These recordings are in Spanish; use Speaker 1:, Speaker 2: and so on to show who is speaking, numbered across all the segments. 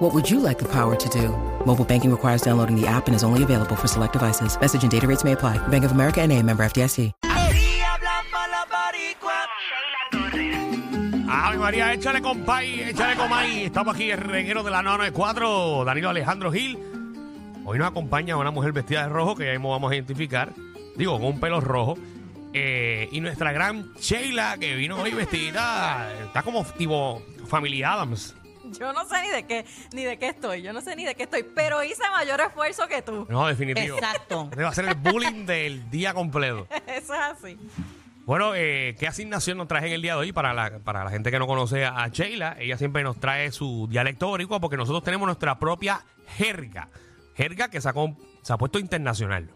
Speaker 1: What would you like the power to do? Mobile banking requires downloading the app and is only available for select devices. Message and data rates may apply. Bank of America and a member FDIC.
Speaker 2: Aquí hablan mal las baricuas.
Speaker 3: Ave María, échale compay, échale comay. Estamos aquí, el reguero de la 994, Danilo Alejandro Gil. Hoy nos acompaña una mujer vestida de rojo que ya mismo vamos a identificar. Digo, con un pelo rojo. Eh, y nuestra gran Sheila, que vino hoy vestida, está como tipo Family Adams.
Speaker 4: Yo no sé ni de qué, ni de qué estoy, yo no sé ni de qué estoy, pero hice mayor esfuerzo que tú.
Speaker 3: No, definitivo.
Speaker 5: Exacto.
Speaker 3: Este va a ser el bullying del día completo.
Speaker 4: Eso es así.
Speaker 3: Bueno, eh, ¿qué asignación nos traje en el día de hoy? Para la, para la gente que no conoce a Sheila, ella siempre nos trae su dialecto boricua porque nosotros tenemos nuestra propia jerga. Jerga que sacó, se ha puesto internacional.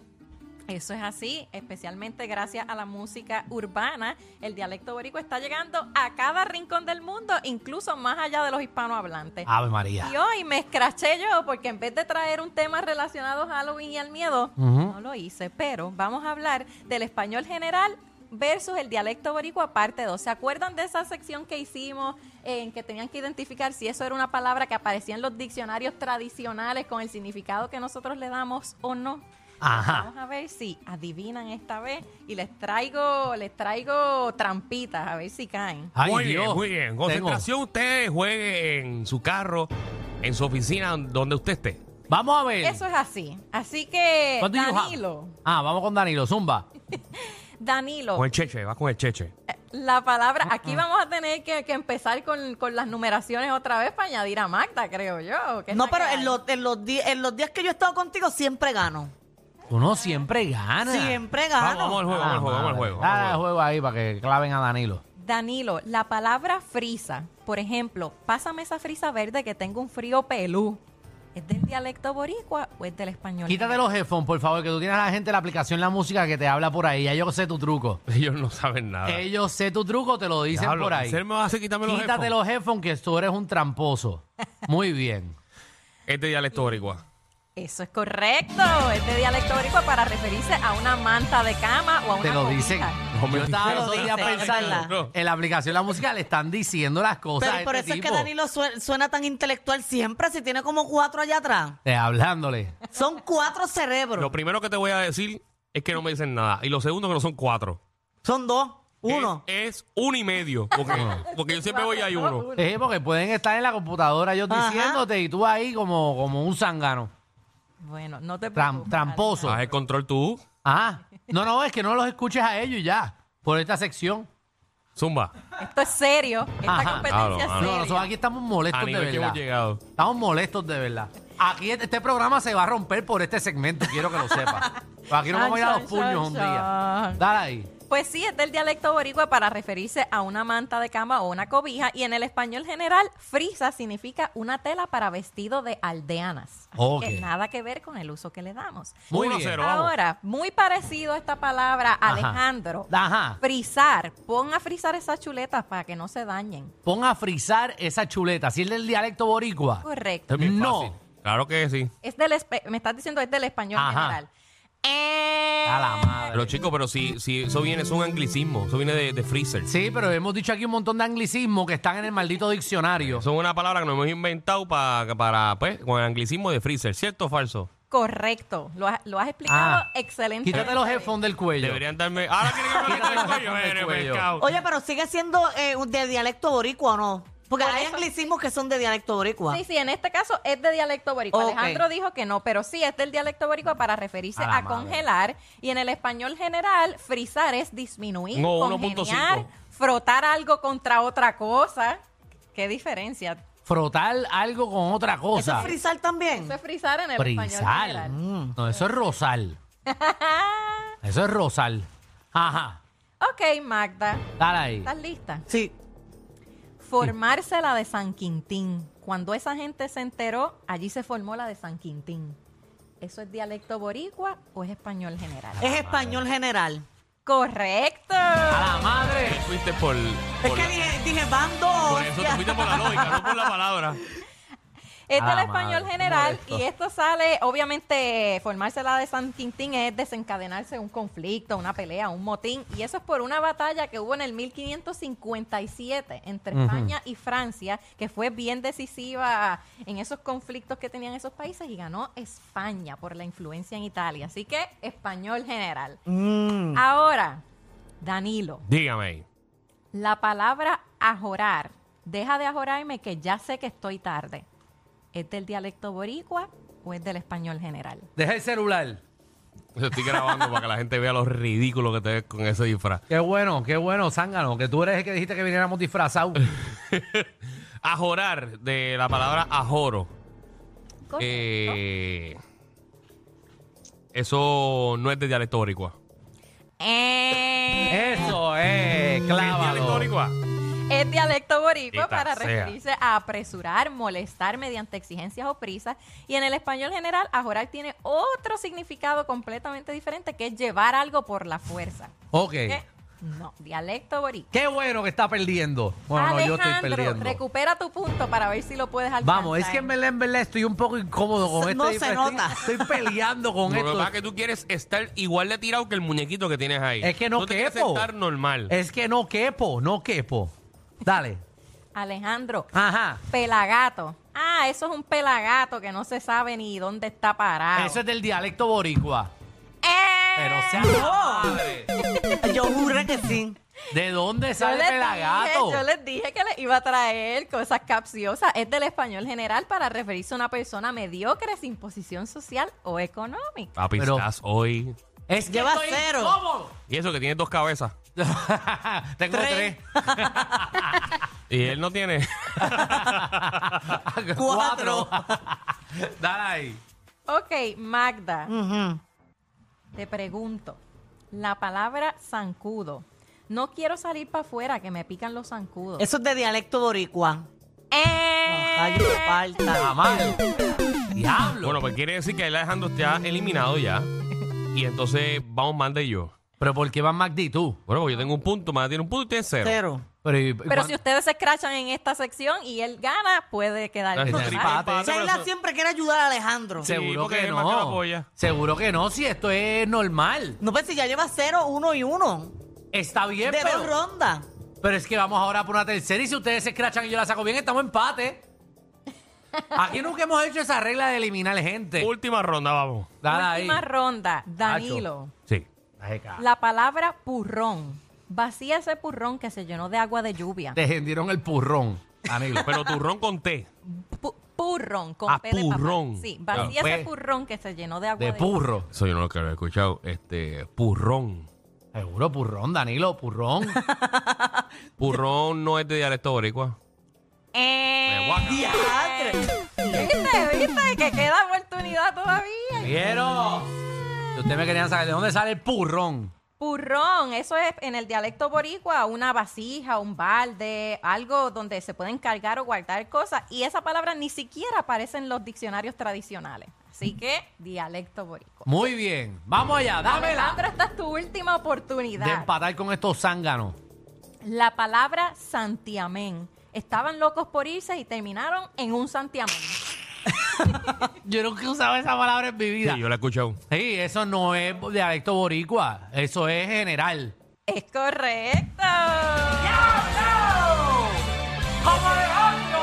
Speaker 4: Eso es así, especialmente gracias a la música urbana, el dialecto boricua está llegando a cada rincón del mundo, incluso más allá de los hispanohablantes.
Speaker 3: Ave María.
Speaker 4: Y hoy me escraché yo porque en vez de traer un tema relacionado a Halloween y al miedo, no lo hice, pero vamos a hablar del español general versus el dialecto boricua parte 2. ¿Se acuerdan de esa sección que hicimos en que tenían que identificar si eso era una palabra que aparecía en los diccionarios tradicionales con el significado que nosotros le damos o no?
Speaker 5: Ah.
Speaker 4: Vamos a ver si adivinan esta vez y les traigo les traigo trampitas a ver si caen.
Speaker 5: Ay,
Speaker 3: muy bien,
Speaker 5: Dios.
Speaker 3: muy bien.
Speaker 5: Tengo.
Speaker 3: Concentración, usted juegue en su carro, en su oficina, donde usted esté.
Speaker 5: Vamos a ver.
Speaker 4: Eso es así. Así que
Speaker 5: What do you have?
Speaker 4: Danilo,
Speaker 5: Ah, vamos con Danilo. Zumba.
Speaker 4: Danilo,
Speaker 3: Con el cheche, va con el cheche.
Speaker 4: La palabra, aquí vamos a tener que, que empezar con, con las numeraciones otra vez para añadir a Magda, creo yo. que es
Speaker 6: No,
Speaker 4: la
Speaker 6: pero
Speaker 4: que
Speaker 6: en
Speaker 4: hay.
Speaker 6: los, en, los di- en los días que yo he estado contigo siempre gano.
Speaker 5: Uno siempre gana.
Speaker 6: Siempre
Speaker 3: Vamos,
Speaker 6: gano.
Speaker 3: vamos al juego,
Speaker 5: Ah,
Speaker 3: vamos al juego, vamos al
Speaker 5: madre.
Speaker 3: juego. vamos al
Speaker 5: Dale el
Speaker 3: juego.
Speaker 5: juego ahí para que claven a Danilo.
Speaker 4: Danilo, la palabra frisa, por ejemplo, pásame esa frisa verde que tengo un frío pelú. ¿Es del dialecto boricua o es del español?
Speaker 5: Quítate los headphones, por favor, que tú tienes a la gente la aplicación La Música que te habla por ahí. Ya yo sé tu truco.
Speaker 3: Ellos no saben nada.
Speaker 5: Ellos sé tu truco, te lo dicen
Speaker 3: Diablo,
Speaker 5: por
Speaker 3: ¿en
Speaker 5: ahí.
Speaker 3: serio me vas a hacer quitarme los
Speaker 5: Quítate
Speaker 3: headphones?
Speaker 5: los headphones que tú eres un tramposo. Muy bien.
Speaker 3: Este dialecto boricua.
Speaker 4: Eso es correcto. Es de dialecto boricua para referirse a una manta de cama o a una
Speaker 5: Te lo
Speaker 4: cobija.
Speaker 5: dicen.
Speaker 3: No,
Speaker 5: Yo
Speaker 3: mentira,
Speaker 5: estaba los
Speaker 3: no,
Speaker 5: otros días
Speaker 6: no, no,
Speaker 5: pensando.
Speaker 3: no.
Speaker 5: En la aplicación La Música le están diciendo las cosas.
Speaker 6: Pero
Speaker 5: a
Speaker 6: y por
Speaker 5: este
Speaker 6: eso es que
Speaker 5: tipo.
Speaker 6: Danilo suena, suena tan intelectual siempre, si tiene como cuatro allá atrás.
Speaker 5: Eh, hablándole.
Speaker 6: Son cuatro cerebros.
Speaker 3: Lo primero que te voy a decir es que no me dicen nada. Y lo segundo que no son cuatro.
Speaker 6: Son dos,
Speaker 3: Eh,
Speaker 6: uno.
Speaker 3: Es, es uno y medio. Porque, porque yo siempre voy a hay uno.
Speaker 5: Sí, Eh, porque pueden estar en la computadora ellos
Speaker 6: Ajá.
Speaker 5: diciéndote y tú ahí como, como un zángano.
Speaker 4: Bueno, no te
Speaker 5: Tram-
Speaker 4: preocupes.
Speaker 5: tramposo.
Speaker 3: Haz el control tú.
Speaker 5: Ah, no, no, es que no los escuches a ellos y ya, por esta sección.
Speaker 3: Zumba.
Speaker 4: Esto es serio. Esta
Speaker 5: Ajá.
Speaker 3: Claro,
Speaker 4: competencia es
Speaker 3: claro.
Speaker 4: seria.
Speaker 5: No, nosotros aquí estamos
Speaker 3: A
Speaker 5: molestos de
Speaker 3: nivel que hemos
Speaker 5: verdad.
Speaker 3: llegado.
Speaker 5: Estamos molestos de verdad. Aquí este, este programa se va a romper por este segmento, quiero que lo sepas. Aquí no vamos a ir a los
Speaker 4: Chan, chan,
Speaker 5: puños un día.
Speaker 4: chan.
Speaker 5: Dale ahí.
Speaker 4: Pues sí, es del dialecto boricua para referirse a una manta de cama o una cobija y en el español general, frisa significa una tela para vestido de aldeanas. Así
Speaker 5: Ok.
Speaker 4: que nada que ver con el uso que le damos.
Speaker 5: Muy
Speaker 3: Uno
Speaker 5: bien.
Speaker 3: cero. Pero vamos.
Speaker 4: Ahora, muy parecido a esta palabra,
Speaker 5: Ajá.
Speaker 4: Alejandro,
Speaker 5: Ajá.
Speaker 4: frisar. Pon a frisar esas chuletas para que no se dañen.
Speaker 5: Pon a frizar esa chuleta. Si es del dialecto boricua.
Speaker 4: Correcto.
Speaker 3: Es bien
Speaker 5: No.
Speaker 3: fácil. Claro que sí.
Speaker 4: Es del, espe- me estás diciendo es del español
Speaker 5: Ajá.
Speaker 4: general. Eh,
Speaker 5: A la madre.
Speaker 3: Pero chicos, pero si, si eso viene, es un anglicismo. Eso viene de, de freezer.
Speaker 5: Sí, pero hemos dicho aquí un montón de anglicismos que están en el maldito diccionario.
Speaker 3: Eso es una palabra que nos hemos inventado pa- para, pues, con el anglicismo de freezer. ¿Cierto o falso?
Speaker 4: correcto. Lo, has- lo has explicado
Speaker 5: Ah.
Speaker 4: excelente.
Speaker 5: Quítate los headphones del cuello.
Speaker 3: Deberían darme. Ahora quieren que me quiten el cuello. Mire,
Speaker 5: cuello.
Speaker 3: pescado.
Speaker 6: Oye, pero sigue siendo eh, un- de dialecto boricua o no. Porque
Speaker 4: Por
Speaker 6: hay
Speaker 4: eso-
Speaker 6: anglicismos que son de dialecto boricua.
Speaker 4: Sí, sí, en este caso es de dialecto boricua.
Speaker 6: Ok.
Speaker 4: Alejandro dijo que no, pero sí es del dialecto boricua para referirse
Speaker 5: A la
Speaker 4: a,
Speaker 5: madre.
Speaker 4: congelar. Y en el español general, frizar es disminuir,
Speaker 3: No,
Speaker 4: congeniar,
Speaker 3: 1.5.
Speaker 4: frotar algo contra otra cosa. ¿Qué diferencia?
Speaker 5: Frotar algo con otra
Speaker 6: ¿Eso
Speaker 5: cosa.
Speaker 6: es frisar también?
Speaker 4: Eso es frizar en el español
Speaker 5: Frizar.
Speaker 4: general.
Speaker 5: Mm, No, eso es rosal. eso es rosal. Ajá.
Speaker 4: Ok, Magda,
Speaker 5: Dale ahí.
Speaker 4: ¿estás lista?
Speaker 6: Sí.
Speaker 4: Formarse la de San Quintín. Cuando esa gente se enteró, allí se formó la de San
Speaker 3: Ah,
Speaker 4: Quintín. ¿Eso es dialecto boricua o es español general?
Speaker 6: Es español general.
Speaker 4: Correcto.
Speaker 5: ¡A la madre!
Speaker 3: Te fuiste por.
Speaker 6: Es
Speaker 3: por
Speaker 6: que
Speaker 3: la-
Speaker 6: dije, dije, van dos.
Speaker 3: por eso te fuiste por la lógica, no por la palabra.
Speaker 4: Es
Speaker 5: Ah,
Speaker 4: del español
Speaker 5: madre,
Speaker 4: general
Speaker 5: qué molesto.
Speaker 4: y esto sale, obviamente, formarse la de San Quintín es desencadenarse un conflicto, una pelea, un motín. Y eso es por una batalla que hubo en el 1557 entre España y Francia, que fue bien decisiva en esos conflictos que tenían esos países y ganó España por la influencia en Italia. Así que español general.
Speaker 5: Mm.
Speaker 4: Ahora, Danilo,
Speaker 3: Dígame.
Speaker 4: la palabra ajorar, deja de ajorarme que ya sé que estoy tarde. ¿Es del dialecto boricua o es del español general?
Speaker 5: Deja el celular.
Speaker 3: Lo estoy grabando para que la gente vea lo ridículo que te ves con ese disfraz.
Speaker 5: Qué bueno, qué bueno, Zángano, que tú eres el que dijiste que viniéramos disfrazados.
Speaker 3: Ajorar, de la palabra ajoro.
Speaker 4: Correcto.
Speaker 3: Eh, eso no es de dialecto boricua.
Speaker 4: Eh,
Speaker 5: Eso es, clavado.
Speaker 4: es dialecto boricua
Speaker 3: Maldita
Speaker 4: para
Speaker 3: sea.
Speaker 4: referirse a apresurar, molestar mediante exigencias o prisas. Y en el español general, ajorar tiene otro significado completamente diferente que es llevar algo por la fuerza.
Speaker 5: Ok.
Speaker 4: ¿Qué? No, dialecto boricua.
Speaker 5: Qué bueno que está perdiendo. Bueno,
Speaker 4: Alejandro,
Speaker 5: no, yo estoy perdiendo.
Speaker 4: recupera tu punto para ver si lo puedes alcanzar.
Speaker 5: Vamos, es que en verdad, en verdad estoy un poco incómodo con
Speaker 6: Se-
Speaker 5: esto.
Speaker 6: no
Speaker 5: Estoy-
Speaker 6: se nota.
Speaker 5: Estoy, estoy peleando con
Speaker 3: Lo que
Speaker 5: esto.
Speaker 3: pasa es que tú quieres estar igual de tirado que el muñequito que Eh, tienes ahí.
Speaker 5: Es que no
Speaker 3: Tú te quieres
Speaker 5: quepo.
Speaker 3: estar normal.
Speaker 5: Es que no quepo, no quepo. Dale.
Speaker 4: Alejandro,
Speaker 5: Ajá.
Speaker 4: Pelagato. Ah, eso es un pelagato que no se sabe ni dónde está parado.
Speaker 5: Eso es del dialecto boricua.
Speaker 4: ¡Eh!
Speaker 5: Pero sea madre.
Speaker 6: Yo juré que sí.
Speaker 5: ¿De dónde
Speaker 4: yo
Speaker 5: sale
Speaker 4: les,
Speaker 5: pelagato?
Speaker 4: dije, yo les dije que les iba a traer cosas capciosas. Es del español general para referirse a una persona mediocre sin posición social o económica.
Speaker 3: Papi,
Speaker 5: Pero-
Speaker 3: estás hoy.
Speaker 5: Es que
Speaker 6: Lleva
Speaker 5: estoy
Speaker 6: cero.
Speaker 5: incómodo.
Speaker 3: Y eso que tiene dos cabezas.
Speaker 5: Tengo
Speaker 6: Tres.
Speaker 5: tres.
Speaker 3: Y él no tiene.
Speaker 5: Cuatro. Dale ahí.
Speaker 4: Ok, Magda,
Speaker 6: Ujú.
Speaker 4: te pregunto. La palabra zancudo. No quiero salir para afuera que me pican los zancudos.
Speaker 6: Eso es de dialecto boricua.
Speaker 4: ¡Eh!
Speaker 6: Ay, me falta.
Speaker 5: Amado. Ah, Diablo.
Speaker 3: bueno, pues quiere decir que él Alejandro está eliminado ya. Y entonces vamos Manda y yo.
Speaker 5: Pero ¿por qué van MacD tú?
Speaker 3: Bueno, pues yo tengo un punto, Manda tiene un punto y usted
Speaker 5: Eh.
Speaker 3: cero.
Speaker 6: Cero.
Speaker 5: Pero, y- y
Speaker 4: Pero
Speaker 5: cuan-
Speaker 4: si ustedes se escrachan en esta sección y él gana, puede quedar
Speaker 3: Está
Speaker 4: neutral.
Speaker 3: triple
Speaker 5: empate.
Speaker 3: empate, pero
Speaker 6: Sheila
Speaker 3: eso-
Speaker 6: siempre quiere ayudar a Alejandro.
Speaker 3: Sí.
Speaker 5: Seguro
Speaker 3: porque
Speaker 5: que
Speaker 3: es más que la
Speaker 5: no.
Speaker 3: polla.
Speaker 5: Seguro que no, si esto es normal.
Speaker 6: No, pues si ya lleva cero, uno y uno.
Speaker 5: Está bien,
Speaker 6: De dos
Speaker 5: pero,
Speaker 6: rondas.
Speaker 5: pero es que vamos ahora por una tercera y si ustedes se escrachan y yo la saco bien, estamos empate. Aquí nunca hemos hecho esa regla de eliminar gente.
Speaker 3: Última ronda, vamos.
Speaker 5: Dale ahí.
Speaker 4: Última ronda, Danilo.
Speaker 3: Sí.
Speaker 4: La palabra purrón. Vacía ese purrón que se llenó de agua de lluvia.
Speaker 5: Te hendieron el purrón, Danilo.
Speaker 3: Pero turrón con té.
Speaker 4: Pu- purrón, con
Speaker 3: Ah,
Speaker 4: P de papá.
Speaker 3: purrón.
Speaker 4: Sí, vacía
Speaker 5: Ah,
Speaker 4: ese
Speaker 5: pues.
Speaker 4: purrón que se llenó de agua de,
Speaker 5: De
Speaker 4: lluvia.
Speaker 5: purro.
Speaker 3: Eso yo no lo que lo he escuchado. Este, purrón.
Speaker 5: Seguro, purrón, Danilo, purrón.
Speaker 3: Purrón no es de dialecto boricua.
Speaker 4: Eh,
Speaker 3: Me guaca.
Speaker 6: Diatre.
Speaker 4: ¿Viste? ¿Viste? Que queda oportunidad todavía.
Speaker 5: Pero ustedes me querían saber de dónde sale el purrón.
Speaker 4: Purrón, eso es en el dialecto boricua, una vasija, un balde, algo donde se pueden cargar o guardar cosas. Y esa palabra ni siquiera aparece en los diccionarios tradicionales. Así que, dialecto boricua.
Speaker 5: Muy bien. Vamos allá, dámela.
Speaker 4: Alejandro, esta es tu última
Speaker 5: De
Speaker 4: oportunidad.
Speaker 5: empatar con estos zánganos.
Speaker 4: La palabra santiamén. Estaban locos por irse y terminaron en un santiamén.
Speaker 5: Yo nunca usaba esa palabra en mi vida.
Speaker 3: Sí, yo la he escuchado.
Speaker 5: Sí, eso no es dialecto boricua, eso es general.
Speaker 4: Es correcto.
Speaker 5: ¡Como Alejandro,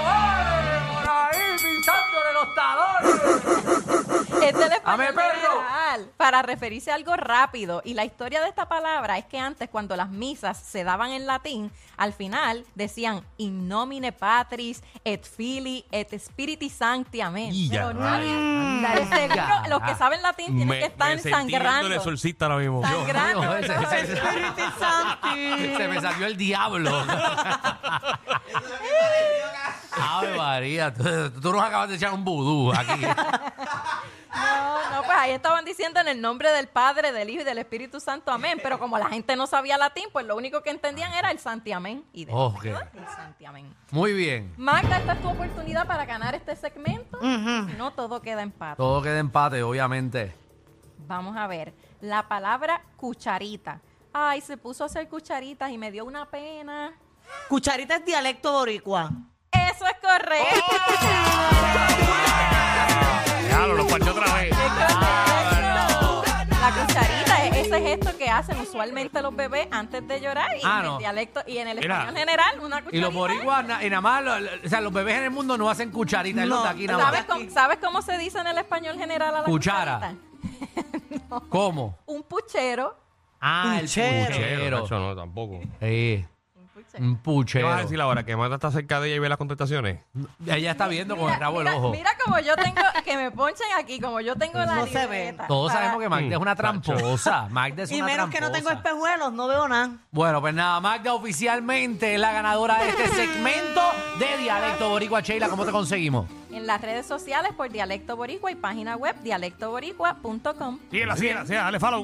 Speaker 5: por ahí pisándole los talones!
Speaker 4: Este Es del español
Speaker 5: ¡Ame, perro!
Speaker 4: general, para referirse a algo rápido. Y la historia de esta palabra es que antes, cuando las misas se daban en latín, al final decían in nomine patris, et fili, et spiriti sancti, amén.
Speaker 3: Y ya,
Speaker 4: Pero nadie- de seguro, los que saben latín tienen que estar
Speaker 3: sentí viendo el
Speaker 4: sangrando.
Speaker 3: exorcista ahora mismo.
Speaker 4: Tan grande. Grano,
Speaker 5: Dios, ese- ese-
Speaker 6: Espíritu Santi.
Speaker 5: Se me salió el diablo. Ave María, tú, tú nos acabas de echar un vudú aquí.
Speaker 4: No, no, pues ahí estaban diciendo en el nombre del Padre, del Hijo y del Espíritu Santo, amén. Pero como la gente no sabía latín, pues lo único que entendían era el santiamén. Y de
Speaker 5: Ok.
Speaker 4: el santiamén.
Speaker 5: Oh, Muy bien.
Speaker 4: Magda, esta es tu oportunidad para ganar este segmento. Si no, todo queda empate.
Speaker 5: Todo queda empate, obviamente.
Speaker 4: Vamos a ver. La palabra cucharita. Ay, se puso a hacer cucharitas y me dio una pena.
Speaker 6: Cucharita es dialecto boricua.
Speaker 4: Eso es correcto.
Speaker 5: Oh,
Speaker 3: Déjalo, lo partió otra vez.
Speaker 4: La cucharita es ese gesto que hacen usualmente los bebés antes de llorar y
Speaker 5: Ah,
Speaker 4: en
Speaker 5: no.
Speaker 4: el dialecto y en el
Speaker 3: Mira.
Speaker 4: español general una
Speaker 5: Y
Speaker 4: cucharita.
Speaker 5: los boricuas, na- y nada más, lo- lo- o sea, los bebés en el mundo no hacen cucharitas, es los de aquí nada
Speaker 4: ¿Sabes
Speaker 5: más.
Speaker 4: cómo, sabes cómo se dice en el español general a la
Speaker 5: Cuchara.
Speaker 4: cucharita?
Speaker 5: ¿Cómo?
Speaker 4: Un puchero.
Speaker 5: Ah,
Speaker 6: Puchero.
Speaker 5: el
Speaker 3: Puchero,
Speaker 5: puchero.
Speaker 3: Nacho, no, tampoco.
Speaker 5: Sí,
Speaker 4: Un puchero.
Speaker 5: un
Speaker 3: ¿Qué
Speaker 5: puchero.
Speaker 3: vas a decir ahora? ¿Que Marta está cerca de ella y ve las contestaciones?
Speaker 5: Ella está viendo con el rabo del
Speaker 4: mira,
Speaker 5: ojo.
Speaker 4: mira como yo tengo, que me ponchen aquí, como yo tengo la
Speaker 6: No se ve.
Speaker 4: libreta
Speaker 5: Todos
Speaker 4: para-
Speaker 5: sabemos que Magda es una
Speaker 3: Nacho.
Speaker 5: tramposa. Magda es
Speaker 6: y
Speaker 5: una
Speaker 6: menos que no tengo
Speaker 5: tramposa.
Speaker 6: espejuelos, no veo nada.
Speaker 5: Bueno, pues nada, Magda oficialmente es la ganadora de este segmento de Dialecto Boricua. Sheila, ¿cómo te conseguimos?
Speaker 4: En las redes sociales por Dialecto Boricua y página web dialectoboricua.com.
Speaker 3: Síguela, síguela, síguela, dale follow.